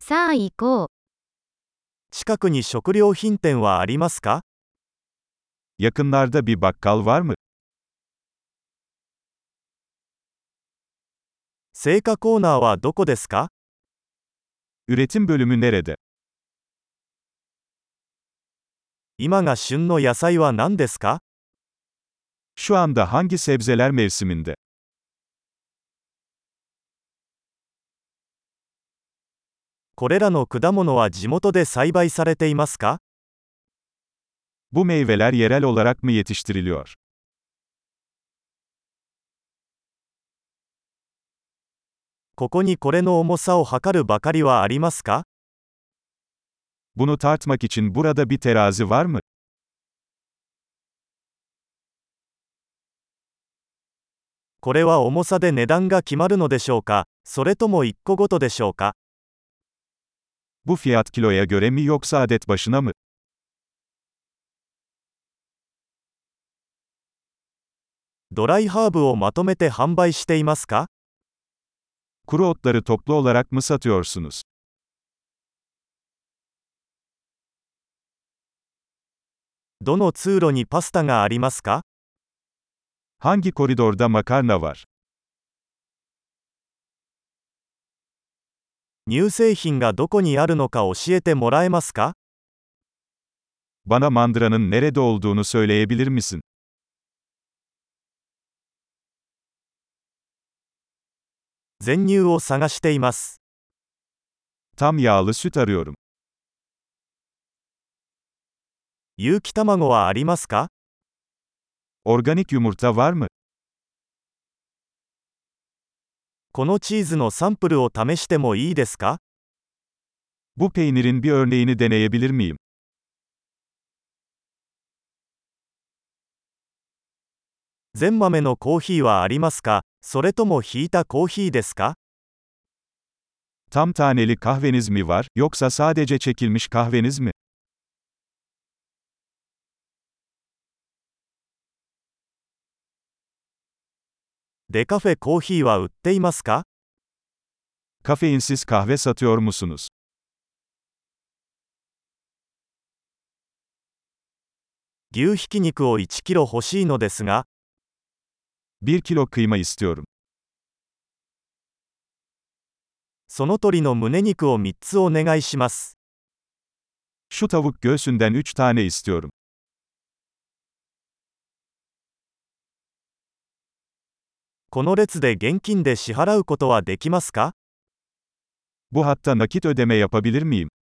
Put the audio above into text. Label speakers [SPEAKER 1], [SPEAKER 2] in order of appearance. [SPEAKER 1] さあ行こう。
[SPEAKER 2] 近くに食料品店はありますか
[SPEAKER 3] Yakınlarda bir bakkal var mı?
[SPEAKER 2] 青果コーナーはどこですか
[SPEAKER 3] Üretim bölümü nerede?
[SPEAKER 2] 今が旬の野菜は何ですか
[SPEAKER 3] Şu anda hangi sebzeler mevsiminde?
[SPEAKER 2] これらの果物は地元で栽培されていますか
[SPEAKER 3] Bu meyveler yerel olarak mı yetiştiriliyor?
[SPEAKER 2] ここにこれの重さを測るばかりはありますか
[SPEAKER 3] Bunu tartmak için burada bir terazi var mı?
[SPEAKER 2] これは重さで値段が決まるのでしょうかそれとも1個ごとでしょうか
[SPEAKER 3] Bu fiyat kiloya göre mi yoksa adet başına mı?
[SPEAKER 2] ドライハーブをまとめて販売していますか
[SPEAKER 3] Kuru otları toplu olarak mı satıyorsunuz?
[SPEAKER 2] どの通路にパスタがありますか
[SPEAKER 3] Hangi koridorda makarna var?
[SPEAKER 2] 乳製品がどこにあるのか教えてもらえますか
[SPEAKER 3] Bana mandıranın nerede olduğunu söyleyebilir misin?
[SPEAKER 2] 全乳を探しています。
[SPEAKER 3] Tam yağlı süt arıyorum.
[SPEAKER 2] 有機卵はありますか
[SPEAKER 3] Organik yumurta var mı?
[SPEAKER 2] このチーズのサンプルを試してもいいですか
[SPEAKER 3] Bu peynirin bir örneğini deneyebilir miyim?
[SPEAKER 2] 全豆のコーヒーはありますかそれともひいたコーヒーですか
[SPEAKER 3] Tam taneli kahveniz mi var, yoksa sadece çekilmiş kahveniz mi?
[SPEAKER 2] デカフェコーヒーは売っていますか
[SPEAKER 3] Kafeinsiz kahve satıyor musunuz?
[SPEAKER 2] 牛ひき肉を1キロ欲しいのですが、
[SPEAKER 3] 1 kilo kıyma istiyorum.
[SPEAKER 2] その鳥の胸肉を3つお願いします。
[SPEAKER 3] Şu tavuk göğsünden 3 tane istiyorum.
[SPEAKER 2] この列で現金で支払うことはできますか
[SPEAKER 3] Bu hatta nakit ödeme yapabilir miyim?